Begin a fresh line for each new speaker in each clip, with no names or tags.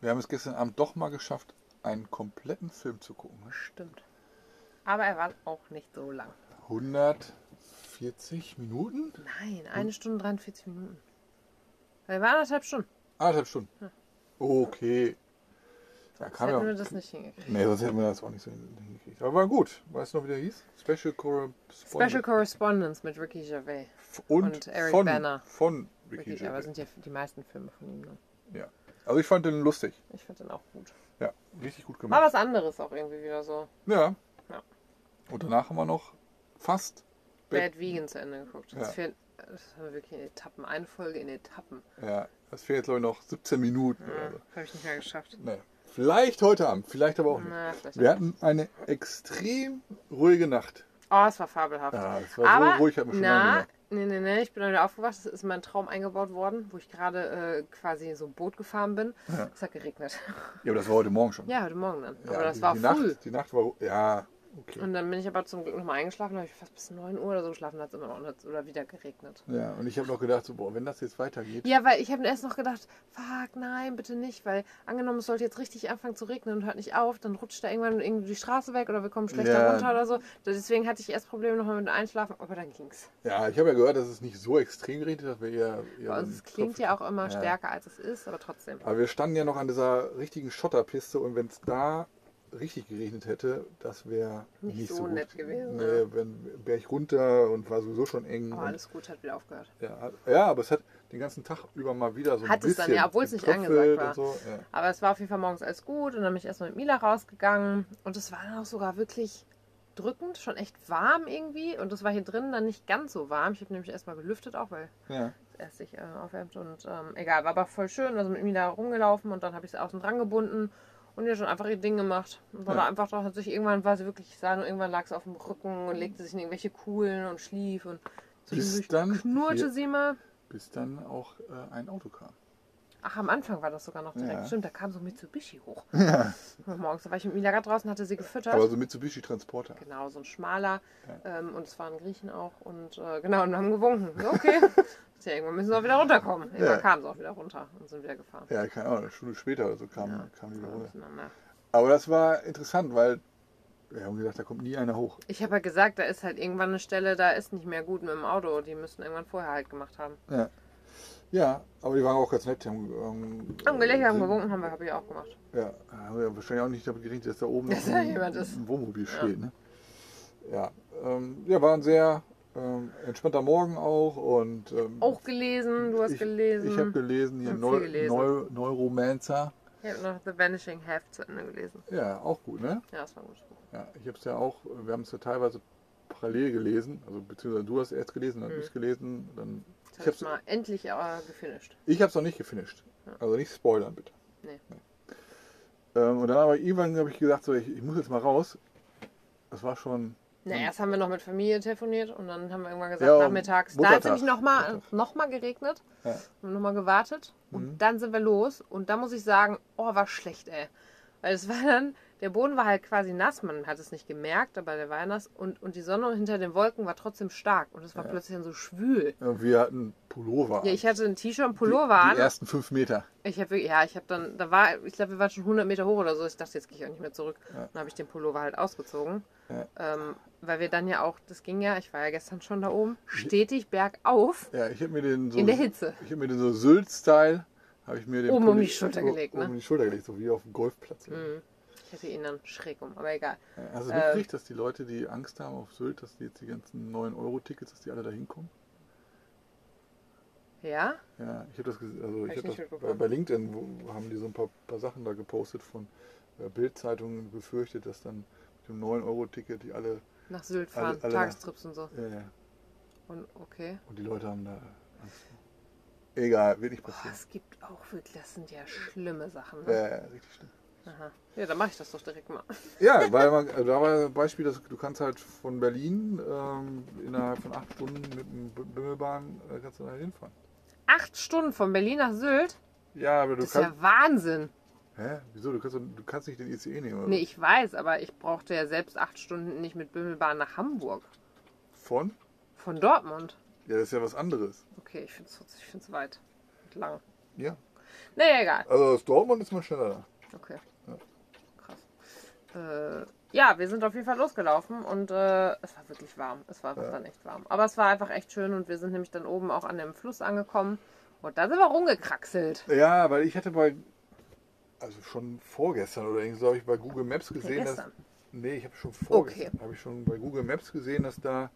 Wir haben es gestern Abend doch mal geschafft, einen kompletten Film zu gucken. ne?
Stimmt. Aber er war auch nicht so lang.
140 Minuten?
Nein,
Hm.
eine Stunde 43 Minuten. Er war anderthalb Stunden.
Anderthalb Stunden. Okay. Da
Sonst
kam ja
hätten wir
auch,
das nicht hingekriegt.
nee, sonst hätten wir das auch nicht so hin- hingekriegt. Aber war gut. Weißt du noch, wie der hieß? Special Correspondent.
Special Correspondence mit Ricky Gervais.
und,
und Eric
von,
Banner.
Von Ricky
Ricky, aber
Gervais.
sind ja die meisten Filme von ihm. Ne?
Ja. Also ich fand den lustig.
Ich fand den auch gut.
Ja, richtig gut
Mal
gemacht.
was anderes auch irgendwie wieder so.
Ja.
Ja.
Und danach haben wir noch fast. Bad-
Bad Vegan zu Ende geguckt. Das,
Ja.
fehlt, das haben wir wirklich in Etappen. Eine Folge in Etappen.
Ja, das fehlt glaube ich noch 17 Minuten oder so.
Habe ich nicht mehr geschafft.
Nee. Vielleicht heute Abend, vielleicht aber auch nicht.
Na, vielleicht
Wir
auch
hatten eine extrem ruhige Nacht.
Oh, es war fabelhaft.
Ja, es war so
Aber,
ruhig, hat mich schon
na,
lange
nee, nee, nee, ich bin heute aufgewacht, es ist mein Traum eingebaut worden, wo ich gerade äh, quasi so ein Boot gefahren bin. Es hat geregnet.
Ja, aber das war heute Morgen schon.
Ja, heute Morgen dann.
Ja,
aber das
die,
war
die
früh.
Nacht, die Nacht war. Ja, okay.
Und dann bin ich aber zum Glück nochmal eingeschlafen, da habe ich fast bis 9 Uhr oder so geschlafen, hat es immer noch nicht, oder wieder geregnet.
ja, und ich habe noch gedacht, so, boah, wenn das jetzt weitergeht.
Ja, weil ich habe erst noch gedacht, fuck, nein, bitte nicht, weil angenommen, es sollte jetzt richtig anfangen zu regnen und hört nicht auf, dann rutscht da irgendwann irgendwie die Straße weg oder wir kommen schlechter
Ja.
runter oder so. Deswegen hatte ich erst Probleme nochmal mit Einschlafen, aber dann ging's.
Ja, ich habe ja gehört, dass es nicht so extrem geredet hat, weil ihr. ihr so
Bei uns
einen
Also, es klingt
Tropfen-
ja auch immer
Ja. Mhm.
stärker, als es ist, aber trotzdem.
Aber wir standen ja noch an dieser richtigen Schotterpiste und wenn es da richtig geregnet hätte, das wäre nicht,
Nicht
so,
so
gut.
nett gewesen,
Nee, wenn wäre ich runter und war sowieso schon eng.
Aber
und-
alles gut, hat wieder aufgehört.
ja, hat- ja, aber es hat den ganzen Tag über mal wieder so ein
Hat es
bisschen
dann ja, obwohl es nicht
getröpfelt
angesagt
Und so. ja.
Aber es war auf jeden Fall morgens alles gut und dann bin ich erstmal mit Mila rausgegangen und es war dann auch sogar wirklich drückend, schon echt warm irgendwie und das war hier drinnen dann nicht ganz so warm. Ich habe nämlich erstmal gelüftet auch, weil
Ja.
erst sich äh, aufwärmt und ähm, egal, war aber voll schön. Also mit mir da rumgelaufen und dann habe ich sie außen dran gebunden und ihr schon einfach ihr Ding gemacht. Und war
Ja.
da einfach doch hat sich irgendwann war sie wirklich sah und irgendwann lag sie auf dem Rücken und legte sich in irgendwelche Kuhlen und schlief und
Bis dann
knurrte
hier-
sie mal.
Bis dann auch äh, ein Auto kam.
Ach, am Anfang war das sogar noch direkt.
Ja.
Stimmt, da kam so Mitsubishi hoch. Und morgens da war ich mit Mila gerade draußen, hatte sie gefüttert.
Aber so Mitsubishi Transporter.
Genau, so ein schmaler. Ähm, und es waren Griechen auch. Und äh, genau, und wir haben gewunken. So, okay. Tja, irgendwann müssen wir auch wieder runterkommen. Irgendwann
Ja.
kam es auch wieder runter und sind wieder gefahren.
Ja, keine Ahnung, eine Stunde später oder so kam, kam die wieder runter.
Auseinander.
Aber das war interessant, weil wir haben gedacht, da kommt nie einer hoch.
Ich habe ja gesagt, da ist halt irgendwann eine Stelle, da ist nicht mehr gut mit dem Auto. Die müssten irgendwann vorher halt gemacht haben.
Ja. Ja, aber die waren auch ganz nett. Die haben, ähm,
Haben gelächelt, haben
sind-
gewunken, haben wir, habe ich auch gemacht.
Ja, haben wir wahrscheinlich auch nicht damit gerechnet, dass da oben
Dass
noch
da
ein,
jemand ist.
ein Wohnmobil steht. Ne? Ja, ähm, ja, war ein sehr ähm, entspannter Morgen auch. Und, ähm,
Auch gelesen, du hast
ich,
gelesen.
Ich habe gelesen, hier
Hab viel
Neu,
gelesen.
Neu, Neuromancer.
Ich hab noch The Vanishing Half zu Ende gelesen.
Ja, auch gut, ne?
Ja, das war ein gutes Buch.
Ja, ich habe es ja auch, wir haben es ja teilweise parallel gelesen, also beziehungsweise du hast erst gelesen,
Mhm.
dann hab ich gelesen, dann
Das
ich
habe
habe
ich mal endlich äh, gefinisht.
Ich habe es noch nicht gefinisht. Also nicht spoilern, bitte.
Nee.
Ähm, und dann aber irgendwann habe ich gesagt, so, ich, ich muss jetzt mal raus. Das war schon.
Na, erst haben wir noch mit Familie telefoniert und dann haben wir irgendwann gesagt,
Hm. Ja, um
nachmittags. Da hat es
Muttertag.
nämlich nochmal noch mal geregnet.
Ja. Mhm.
Wir haben nochmal gewartet und dann sind wir los. Und da muss ich sagen, oh, war schlecht, ey. Weil es war dann, der Boden war halt quasi nass, man hat es nicht gemerkt, aber der war nass. Und, und die Sonne hinter den Wolken war trotzdem stark und es war plötzlich dann so schwül.
äh, Wir hatten Pullover.
Ja, ich hatte ein T-Shirt und
Die-
Pullover
Die
an.
ersten fünf Meter.
Ich habe ja, ich habe dann, da war, ich glaube, wir waren schon 100 Meter hoch oder so. Ich dachte, jetzt gehe ich auch nicht mehr zurück. Dann habe ich den Pullover halt ausgezogen. Ähm, weil wir dann ja auch, das ging ja, ich war ja gestern schon da oben, stetig bergauf.
Ja, ich habe mir den so.
In der Hitze.
Ich habe mir den so Sylt-Style. Habe ich mir den.
Oben
Pulli-
um die Schulter gelegt, ne? Mhm.
Oben um die Schulter gelegt, so wie auf dem Golfplatz.
Ich hätte ihn dann schräg um, aber egal.
Ja, Hast du mitgekriegt, dass Also die Leute, die Angst haben auf Sylt, dass die jetzt die ganzen 9-Euro-Tickets, dass die alle da hinkommen?
Ja?
Ja, ich habe das, ges- also ich
ich
hab
nicht
das bei,
mitbekommen.
bei LinkedIn wo, wo haben die so ein paar, paar Sachen da gepostet von äh, Bildzeitungen befürchtet, dass dann mit dem 9-Euro-Ticket die alle
Nach Sylt
Alle-
fahren,
alle-
Tagestrips und so.
äh,
Und okay.
und die Leute haben da Angst. Egal, wird nicht
Boah,
passieren.
es gibt auch wirklich, das sind ja schlimme Sachen.
Ja,
Ne?
ja, ja, richtig schlimm.
Aha. Ja, dann mache ich das doch direkt mal.
Ja, weil man, also da war ein Beispiel, dass du kannst halt von Berlin ähm, innerhalb von acht Stunden mit dem B- Bimmelbahn äh, kannst du da hinfahren.
Acht Stunden von Berlin nach Sylt?
Ja, aber du
Das ist
kannst.
ja Wahnsinn.
Hä? Wieso? Du kannst, doch- du kannst nicht den ICE nehmen. Oder?
Nee, ich weiß, aber ich brauchte ja selbst acht Stunden nicht mit Bimmelbahn nach Hamburg.
Von?
Von Dortmund.
Ja, das ist ja was anderes.
Okay, ich finde es weit. lang.
Ja.
Naja, egal.
Also aus Dortmund ist man schneller da.
Okay.
Ja.
Krass. Äh, ja, wir sind auf jeden Fall losgelaufen und äh, es war wirklich warm. Es war
Ja.
dann echt warm. Aber es war einfach echt schön und wir sind nämlich dann oben auch an dem Fluss angekommen. Und da sind wir rumgekraxelt.
Ja, weil ich hatte bei, also schon vorgestern oder irgendwie so, habe ich bei Google Maps gesehen, dass.
gestern.
Nee, ich habe schon vorgestern,
Okay.
habe ich schon bei Google Maps gesehen, dass da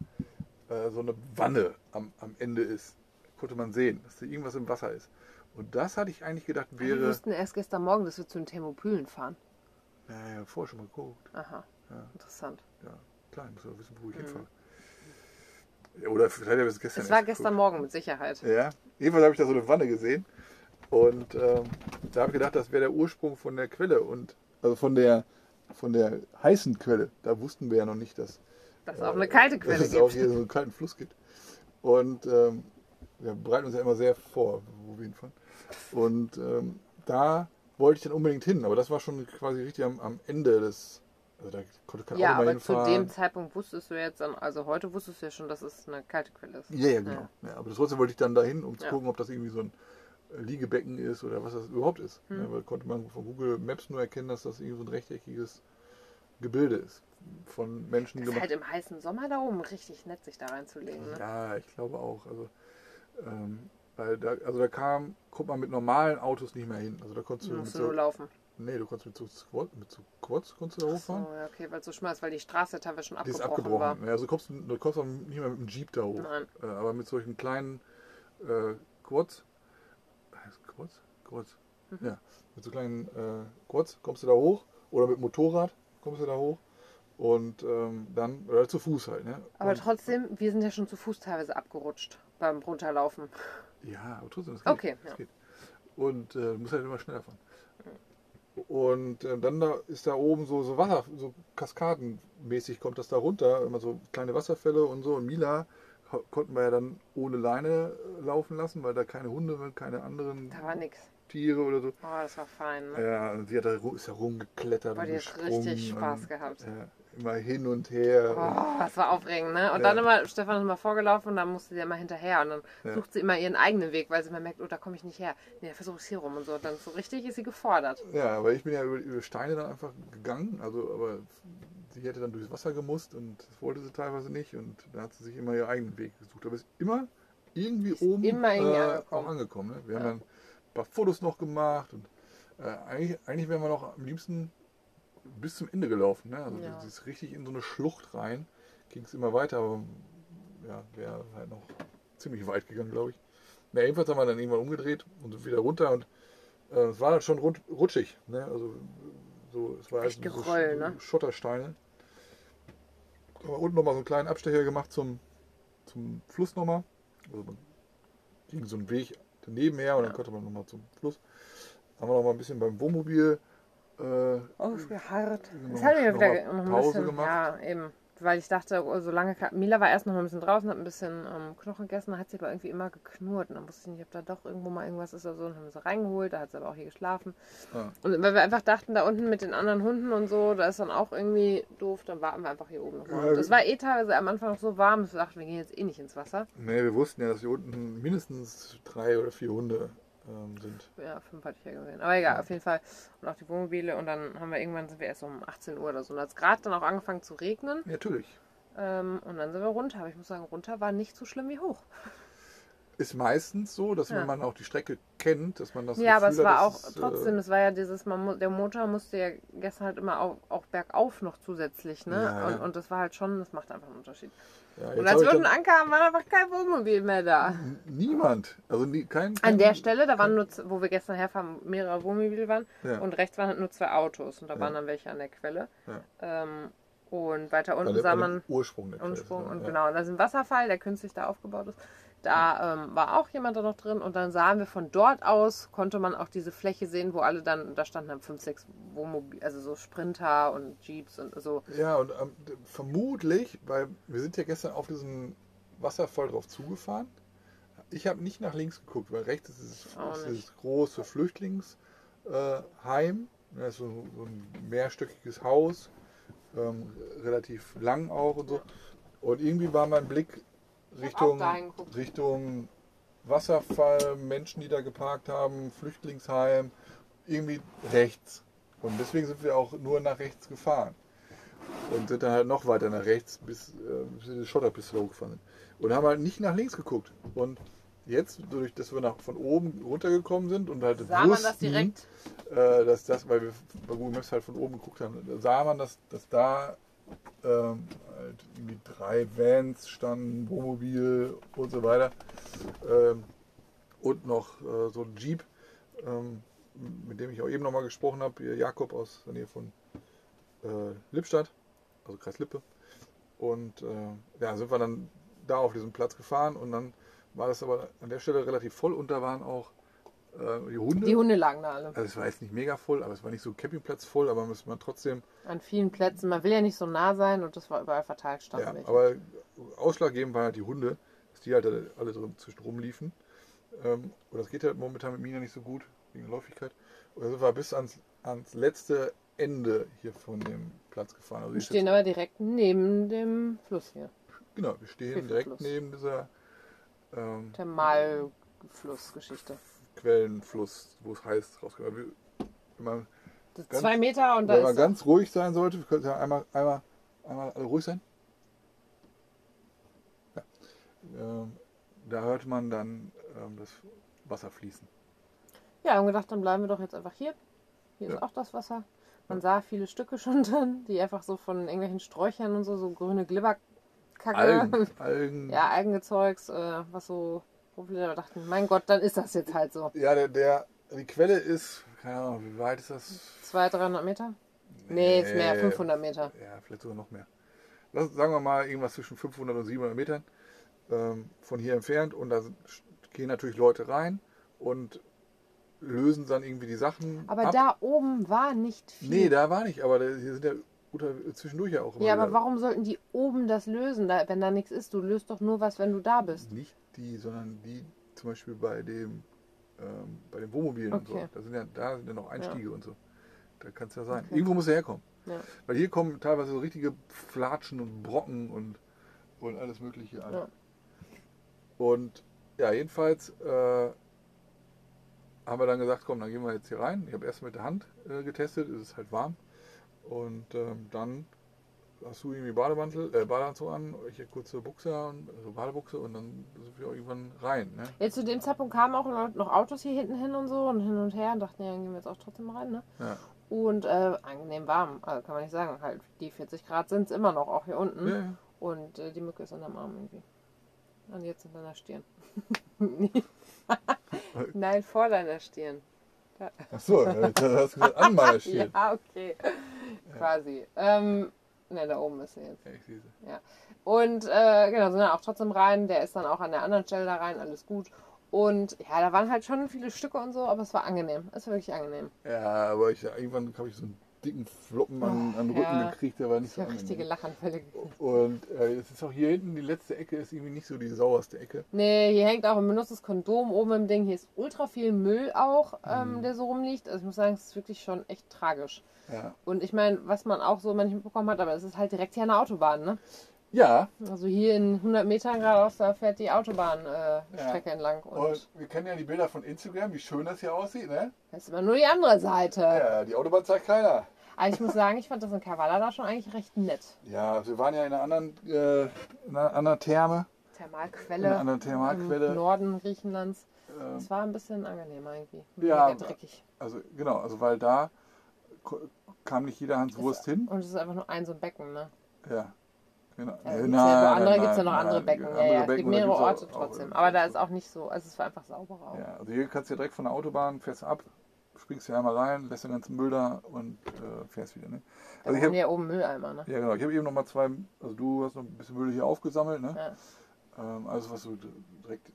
äh, so eine Wanne am, am Ende ist. Konnte man sehen, dass da irgendwas im Wasser ist. Und das hatte ich eigentlich gedacht,
Wir
wäre.
wussten erst gestern Morgen, dass wir zu den Thermopylen fahren.
Naja, vorher schon mal geguckt.
Aha,
Ja.
interessant.
Ja, klar, ich muss doch wissen, wo ich hinfahre. Ja, Oder vielleicht habe ich es gestern.
Mhm. Es war
erst
gestern
geguckt.
Morgen mit Sicherheit.
Ja, jedenfalls habe ich da so eine Wanne gesehen und ähm, da habe ich gedacht, das wäre der Ursprung von der Quelle und also von der von der heißen Quelle. Da wussten wir ja noch nicht, dass
Dass
äh,
auch eine kalte Quelle
dass es auch
gibt.
hier so einen kalten Fluss gibt. Und ähm, wir bereiten uns ja immer sehr vor, wo wir hinfahren. Und ähm, da wollte ich dann unbedingt hin, aber das war schon quasi richtig am, am Ende des. Also da konnte kein
Ja,
Auto mehr
aber zu
hinfahren.
dem Zeitpunkt wusstest du jetzt, dann- also heute wusstest du ja schon, dass es eine kalte Quelle ist.
Ja, ja, genau. Ja. aber trotzdem wollte ich dann dahin, um zu
Ja.
gucken, ob das irgendwie so ein äh, Liegebecken ist oder was das überhaupt ist.
Hm.
Ja, weil konnte man von Google Maps nur erkennen, dass das irgendwie so ein rechteckiges Gebilde ist. Von Menschen
Ist halt im heißen Sommer da oben richtig nett, sich da reinzulegen. Ne?
genau. Ja, ich glaube auch. Also, ähm, weil da, also da kam, guck mal, mit normalen Autos nicht mehr hin. Also da konntest du,
Du
mit
musst du nur
so,
laufen.
nee, du konntest mit so Squad, mit so Quads konntest du da
So,
hochfahren.
ja, okay, weil es so schmal ist, weil die Straße teilweise schon
Die ist
abgebrochen, war.
abgebrochen. Ja, also kommst, du- du kommst auch nicht mehr mit dem Jeep da hoch.
Nein.
Äh, aber mit solchen kleinen äh, Quads. Heißt Quads? Quads.
Mhm.
Ja. Mit so kleinen äh, Quads kommst du da hoch. Oder mit Motorrad kommst du da hoch. Und ähm, dann, oder zu Fuß halt, ne?
Aber
und,
trotzdem, wir sind ja schon zu Fuß teilweise abgerutscht beim Runterlaufen.
Ja, aber trotzdem, das geht.
Okay,
das
ja.
geht. Und äh, du musst halt immer schneller fahren. Und äh, dann da ist da oben so, so Wasser, so kaskadenmäßig kommt das da runter, immer so kleine Wasserfälle und so. Und Mila ko- konnten wir ja dann ohne Leine äh, laufen lassen, weil da keine Hunde waren, keine anderen
Da war nix.
Tiere oder so.
Oh, das war fein. Ne?
Ja, und sie hat da, ru- ist da rumgeklettert
Boah,
und
die hat
gesprungen.
richtig Spaß
und,
gehabt.
Ja, immer hin und her.
Oh, das war aufregend, ne?
Ja.
Und dann immer, Stefan ist immer vorgelaufen und dann musste der immer hinterher. Und dann
Ja.
sucht sie immer ihren eigenen Weg, weil sie immer merkt, oh, da komme ich nicht her. Nee, dann versuche ich hier rum und so. Und dann so richtig ist sie gefordert.
Ja, aber ich bin ja über, über Steine dann einfach gegangen. Also, aber sie hätte dann durchs Wasser gemusst und das wollte sie teilweise nicht. Und da hat sie sich immer ihren eigenen Weg gesucht. Aber ist immer irgendwie oben
immer irgendwie
äh,
angekommen.
auch angekommen. Ne? Wir haben
Ja.
dann ein paar Fotos noch gemacht und äh, eigentlich, eigentlich wären wir noch am liebsten bis zum Ende gelaufen. Ne? Also,
Ja.
sie ist richtig in so eine Schlucht rein, ging es immer weiter, aber ja, wäre halt noch ziemlich weit gegangen, glaube ich. Na, jedenfalls haben wir dann irgendwann umgedreht und sind wieder runter und äh, es war dann schon rund, rutschig. Ne? Also, so, es war
Echt
also so
Geröll,
Sch-
ne?
Schottersteine. Aber unten nochmal so einen kleinen Abstecher gemacht zum, zum Fluss nochmal. Also man ging so einen Weg daneben her und dann konnte man nochmal zum Fluss. Haben wir nochmal ein bisschen beim Wohnmobil. Äh,
Ausgeharrt.
Genau,
Das hat mir
noch
wieder
mal
ge- noch ein
Pause
bisschen,
gemacht.
Ja, eben. Weil ich dachte, oh, solange ka- Mila war erst noch ein bisschen draußen, hat ein bisschen ähm, Knochen gegessen, dann hat sie aber irgendwie immer geknurrt. Und dann wusste ich nicht, ob da doch irgendwo mal irgendwas ist oder so. Und haben sie reingeholt, da hat sie aber auch hier geschlafen.
Ah.
Und weil wir einfach dachten, da unten mit den anderen Hunden und so, da ist dann auch irgendwie doof, dann warten wir einfach hier oben nochmal.
Ja,
Und es war eh teilweise am Anfang noch so warm, dass wir dachten, wir gehen jetzt eh nicht ins Wasser.
ne, wir wussten ja, dass hier unten mindestens drei oder vier Hunde ähm, sind.
Ja, fünf hatte ich ja gesehen. Aber egal, auf jeden Fall. Und auch die Wohnmobile. Und dann haben wir irgendwann, sind wir erst um 18 Uhr oder so. Und hat es gerade dann auch angefangen zu regnen.
Ja, natürlich.
Ähm, und dann sind wir runter. Aber ich muss sagen, runter war nicht so schlimm wie hoch.
Ist meistens so, dass
Ja.
wenn man auch die Strecke kennt, dass man das
ja, aber es
Gefühl
war
hat,
auch
dass es, äh,
trotzdem, es war ja dieses, man, mu- der Motor musste ja gestern halt immer auch, auch bergauf noch zusätzlich, ne?
Ja,
und,
ja.
und das war halt schon, das macht einfach einen Unterschied.
ja, jetzt
Und
hab
als
ich
wir unten
dann-
ankamen, war einfach kein Wohnmobil mehr da.
Niemand. Also nie, kein, kein.
An der Stelle, da waren nur, z- wo wir gestern herfahren, mehrere Wohnmobile waren.
Ja.
Und rechts waren halt nur zwei Autos. Und da waren dann welche an der Quelle.
Ja.
Ähm, und weiter unten
An dem-
sah
an dem
man.
Ursprung der Quelle.
Unsprung und
ne? Ja.
genau, und da ist ein Wasserfall, der künstlich da aufgebaut ist. Da ähm, war auch jemand da noch drin und dann sahen wir von dort aus, konnte man auch diese Fläche sehen, wo alle dann, da standen dann fünf, sechs Wohnmobil, also so Sprinter und Jeeps und so.
Ja, und ähm, d- vermutlich, weil wir sind ja gestern auf diesen Wasserfall drauf zugefahren. Ich habe nicht nach links geguckt, weil rechts ist dieses,
Auch
ist
nicht.
dieses große Flüchtlingsheim. Äh, Heim. das ist so, so ein mehrstöckiges Haus, ähm, relativ lang auch und so. Und irgendwie war mein Blick
hab auch
Richtung,
dahin geguckt.
Richtung Wasserfall, Menschen, die da geparkt haben, Flüchtlingsheim, irgendwie rechts. Und deswegen sind wir auch nur nach rechts gefahren. Und sind dann halt noch weiter nach rechts, bis, äh, bis wir die Schotterpiste hochgefahren sind. Und haben halt nicht nach links geguckt. Und jetzt, dadurch, dass wir nach, von oben runtergekommen sind und halt
Sah man das direkt?
äh, dass das, weil wir bei Google Maps halt von oben geguckt haben, da sah man, dass, dass da ähm, halt irgendwie drei Vans standen, Wohnmobil und so weiter. Ähm, und noch äh, so ein Jeep, ähm, mit dem ich auch eben nochmal gesprochen habe, hier Jakob aus der Nähe von äh, Lippstadt, also Kreis Lippe. Und äh, ja, sind wir dann da auf diesem Platz gefahren und dann war das aber an der Stelle relativ voll und da waren auch äh, die Hunde.
Die Hunde lagen da alle.
Also es war jetzt nicht mega voll, aber es war nicht so Campingplatz voll, aber muss man trotzdem,
An vielen Plätzen. Man will ja nicht so nah sein und das war überall verteilt, stand
ja,
welche.
aber ausschlaggebend waren halt die Hunde, dass die halt alle drin zwischen rumliefen. Ähm, und das geht halt momentan mit Mina nicht so gut, wegen der Läufigkeit. Und das war bis ans, ans letzte Ende hier von dem Platz gefahren. Also
Wir
ich
stehen aber direkt neben dem Fluss hier.
sitz- genau, wir stehen direkt
Schwefelfluss.
neben dieser ähm,
Thermalflussgeschichte.
Quellenfluss, wo es heiß rauskommt. Aber wir- Wenn man,
Das ist
Ganz-
zwei Meter und da
wenn man
ist.
ganz ruhig sein sollte, wir könnten ja einmal, einmal, einmal alle ruhig sein. Ja. Ähm, da hört man dann ähm, das Wasser fließen.
Ja, haben gedacht, dann bleiben wir doch jetzt einfach hier. Hier
Ja.
ist auch das Wasser. Man sah viele Stücke schon drin, die einfach so von irgendwelchen Sträuchern und so, so grüne Glibberkacke.
Algen, Algen.
genau. Ja, Eigengezeugs, äh, was so Probleme da dachten, mein Gott, dann ist das jetzt halt so.
Ja, der, der, die Quelle ist, keine Ahnung, wie weit ist das?
200, 300 Meter? Nee, ist mehr,
Nee.
500 Meter.
Ja, vielleicht sogar noch mehr. Lass, sagen wir mal irgendwas zwischen 500 und 700 Metern ähm, von hier entfernt. Und da sind- gehen natürlich Leute rein und lösen dann irgendwie die Sachen.
Aber
ab.
da oben war nicht viel.
Nee, da war nicht, aber da- hier sind ja unter, zwischendurch ja auch immer
ja, aber
wieder-
warum sollten die oben das lösen, da, wenn da nichts ist? Du löst doch nur was, wenn du da bist.
Nicht die, sondern die zum Beispiel bei dem, ähm, bei den Wohnmobilen und so.
Okay.
Da sind ja, da sind ja noch Einstiege und so. Da kann es ja sein.
Okay.
Irgendwo muss er herkommen.
Ja.
Weil hier kommen teilweise so richtige Flatschen und Brocken und, und alles Mögliche an.
Ja.
Und ja, jedenfalls äh, haben wir dann gesagt, komm, dann gehen wir jetzt hier rein. Ich habe erst mit der Hand äh, getestet, es ist halt warm. Und ähm, dann hast du irgendwie Bademantel, äh, Badeanzug an, ich eine kurze Buchse an, also Badebuchse und dann sind wir irgendwann rein. Ne?
Ja, zu dem Zeitpunkt kamen auch Leute- noch Autos hier hinten hin und so und hin und her und dachten, ja, dann gehen wir jetzt auch trotzdem rein, ne?
Ja.
Und äh, angenehm warm, also kann man nicht sagen. Halt, die 40 Grad sind es immer noch, auch hier unten.
Ja, ja.
Und äh, die Mücke ist an dem Arm irgendwie. Und jetzt in deiner Stirn. Nein, vor deiner Stirn.
Achso, da äh, hast du gesagt, an meiner Stirn.
Ja, okay. Quasi. Ähm, ne, da oben ist sie jetzt.
Ja, ich sehe sie.
Und äh, genau, sind dann auch trotzdem rein. Der ist dann auch an der anderen Stelle da rein, alles gut. Und ja, da waren halt schon viele Stücke und so, aber es war angenehm. Es war wirklich angenehm.
ja aber ich, irgendwann habe ich so einen dicken Floppen an, an den Rücken
Oh, Ja.
gekriegt, der war nicht
Ich
so
habe richtige
angenehm.
Lachanfälle gekriegt.
Und äh, es ist auch hier hinten, die letzte Ecke ist irgendwie nicht so die sauerste Ecke.
Nee, hier hängt auch ein benutztes Kondom oben im Ding. Hier ist ultra viel Müll auch, ähm,
Mhm.
der so rumliegt. Also ich muss sagen, es ist wirklich schon echt tragisch.
Ja,
Und ich meine, was man auch so manchmal bekommen hat, aber es ist halt direkt hier an der Autobahn, ne?
ja
Also hier in 100 Metern geradeaus, da fährt die Autobahnstrecke äh,
Ja.
Strecke entlang. Und
und wir kennen ja die Bilder von Instagram, wie schön das hier aussieht, ne? Ah
das ist immer nur die andere Seite.
Ja, die Autobahn zeigt keiner.
Aber ich muss sagen, ich fand das in Kavala da schon eigentlich recht nett.
Ja, wir waren ja in einer anderen, äh, in einer anderen Therme, in einer
Thermalquelle
anderen
im
Thermalquelle.
Norden Griechenlands.
Ähm,
Es war ein bisschen angenehmer irgendwie.
Ja,
Mega dreckig.
Also genau, also weil da ko- kam nicht jeder Hans Wurst hin.
Und es ist einfach nur ein so ein Becken, ne?
Ja. Genau.
Ja, Äh, gibt's ja für andere gibt es ja noch andere Becken.
andere
ja, ja. Es
Becken,
gibt
und da
mehrere
gibt's
Orte
auch-
trotzdem.
auch-
Aber da ist auch nicht so. Also es war einfach sauberer auch.
Ja, also hier kannst du ja direkt von der Autobahn, fährst ab, springst hier einmal rein, lässt den ganzen Müll da und äh, fährst wieder. Ne?
Da
Also ich
waren
hab,
ja oben Mülleimer, ne?
ja genau, ich habe eben noch mal zwei, also du hast noch ein bisschen Müll hier aufgesammelt, ne?
Ja,
Ähm, alles was so d- direkt,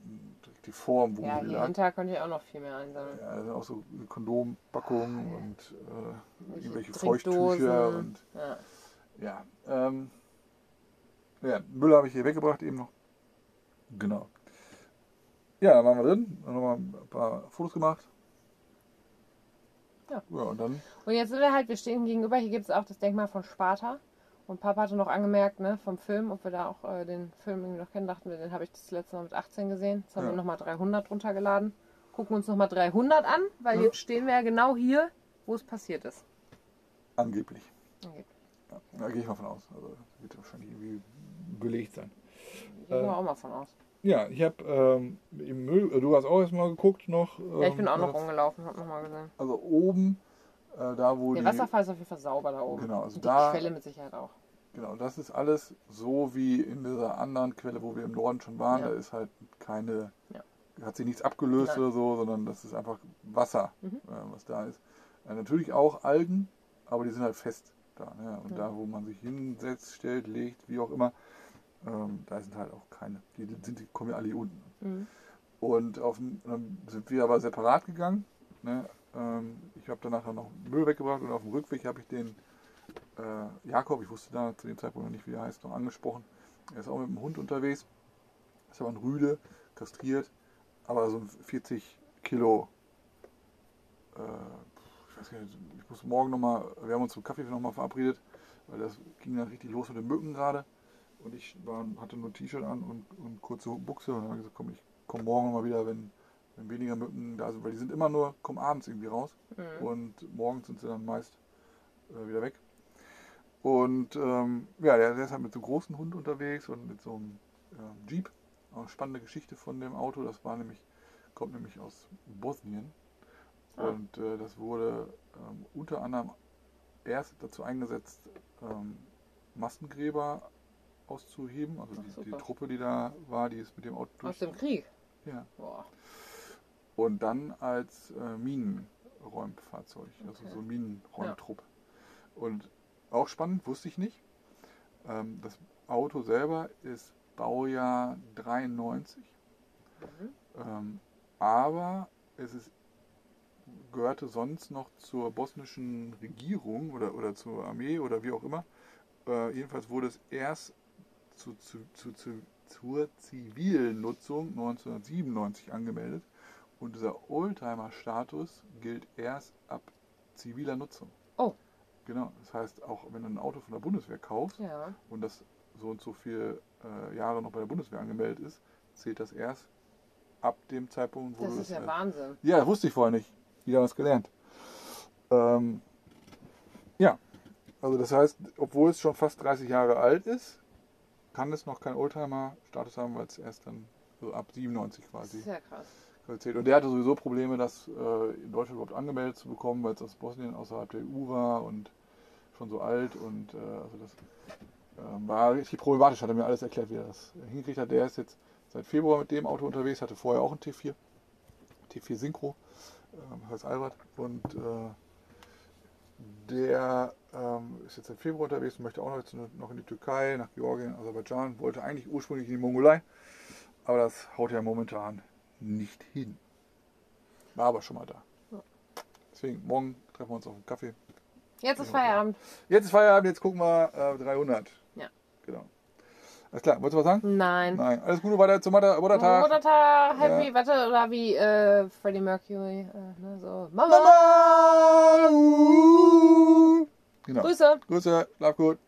direkt die Form, wo
ja
Müll
hier
lag.
hinter konnte ich auch noch viel mehr einsammeln.
Ja, also auch so Kondompackungen
Ah, ja.
und äh,
Welche
irgendwelche
Trinkdosen.
Feuchttücher und
Ja.
Ja, ähm, ja, Müll habe ich hier weggebracht eben noch. Genau. Ja, dann waren wir drin, haben nochmal ein paar Fotos gemacht.
Ja.
Ja, und dann,
Und jetzt sind wir halt, wir stehen gegenüber, hier gibt es auch das Denkmal von Sparta. Und Papa hatte noch angemerkt, ne, vom Film, ob wir da auch äh, den Film irgendwie noch kennen, dachten wir, den habe ich das letzte Mal mit 18 gesehen. Jetzt haben
Ja.
wir nochmal 300 runtergeladen. Gucken uns nochmal 300 an, weil jetzt stehen wir ja genau hier, wo es passiert ist.
Angeblich.
Okay.
Ja, da gehe ich mal von aus. Also wird wahrscheinlich irgendwie belegt sein.
Gehen
Äh,
wir auch mal von aus.
Ja, ich habe ähm, im Müll, äh, du hast auch erstmal geguckt noch. Ähm,
Ja, ich bin auch noch
also-
rumgelaufen, habe nochmal gesehen.
Also oben, äh, da wo
Der
die.
Wasserfall ist auf jeden Fall sauber da oben.
Genau, also
Und
da-
die Quelle mit Sicherheit auch.
Genau, das ist alles so wie in dieser anderen Quelle, wo wir im Norden schon waren.
Ja.
Da ist halt keine,
Ja.
hat sich nichts abgelöst
Nein.
oder so, sondern das ist einfach Wasser,
Mhm.
äh, was da ist. Äh, natürlich auch Algen, aber die sind halt fest da. Ne?
Mhm.
Und da, wo man sich hinsetzt, stellt, legt, wie auch immer, ähm, da sind halt auch keine. Die, sind, die kommen ja alle hier unten.
Mhm.
Und auf, dem- dann sind wir aber separat gegangen. Ne? Ähm, ich habe dann nachher noch Müll weggebracht und auf dem Rückweg habe ich den äh, Jakob, ich wusste da zu dem Zeitpunkt noch nicht, wie er heißt, noch angesprochen. Er ist auch mit dem Hund unterwegs. Ist aber ein Rüde, kastriert, aber so ein 40 Kilo. Äh, ich weiß gar nicht, ich muss morgen nochmal, wir haben uns zum Kaffee nochmal verabredet, weil das ging dann richtig los mit den Mücken gerade. Und ich war, hatte nur ein T-Shirt an und, und kurze Buchse und dann habe ich gesagt, komm, ich komme morgen mal wieder, wenn, wenn weniger Mücken da sind, weil die sind immer nur, kommen abends irgendwie raus
Mhm.
und morgens sind sie dann meist äh, wieder weg. Und ähm, ja, der, der ist halt mit so einem großen Hund unterwegs und mit so einem ähm, Jeep. Auch eine spannende Geschichte von dem Auto, das war nämlich, kommt nämlich aus Bosnien.
Ah.
Und äh, das wurde ähm, unter anderem erst dazu eingesetzt, ähm, Massengräber auszuheben. Also
Ach,
die, die
super.
Truppe, die da war, die ist mit dem Auto
Aus
durch.
dem Krieg.
Ja.
Boah.
Und dann als äh, Minenräumfahrzeug, also
Okay.
so Minenräumtrupp. Und auch spannend, wusste ich nicht. Ähm, das Auto selber ist Baujahr 93,
Mhm.
ähm, aber es ist, gehörte sonst noch zur bosnischen Regierung oder, oder zur Armee oder wie auch immer. Äh, jedenfalls wurde es erst zu, zu, zu, zu, zur zivilen Nutzung 1997 angemeldet. Und dieser Oldtimer-Status gilt erst ab ziviler Nutzung.
Oh.
Genau. Das heißt, auch wenn du ein Auto von der Bundeswehr kaufst
Ja.
und das so und so viele äh, Jahre noch bei der Bundeswehr angemeldet ist, zählt das erst ab dem Zeitpunkt, wo
Das
du
ist ja
erst-
Wahnsinn.
ja, wusste ich vorher nicht. Wieder was gelernt. Ähm, ja, also das heißt, obwohl es schon fast 30 Jahre alt ist, kann es noch keinen Oldtimer-Status haben, weil es erst dann so ab 97
Das
quasi
ist ja krass.
erzählt. Und der hatte sowieso Probleme, das äh, in Deutschland überhaupt angemeldet zu bekommen, weil es aus Bosnien außerhalb der EU war und schon so alt und äh, also das ähm, war richtig problematisch, hat er mir alles erklärt, wie er das hingekriegt hat. Der ist jetzt seit Februar mit dem Auto unterwegs, hatte vorher auch ein T4, T4 Synchro, ähm, heißt Albert und äh, der ähm, ist jetzt seit Februar unterwegs und möchte auch noch, jetzt noch in die Türkei, nach Georgien, Aserbaidschan, wollte eigentlich ursprünglich in die Mongolei, aber das haut ja momentan nicht hin. War aber schon mal da.
Ja.
Deswegen, morgen treffen wir uns auf einen Kaffee.
Jetzt
Genau.
ist Feierabend.
Jetzt ist Feierabend, jetzt gucken wir äh, 300.
Ja.
Genau. Alles klar, wolltest du was sagen?
Nein.
Nein. Alles Gute weiter zum Mutter Muttertag.
Muttertag, Happy,
Ja.
warte, oder wie äh, Freddie Mercury, äh, ne, so. Mama,
Mama! Genau.
Grüße.
Grüße, love gut.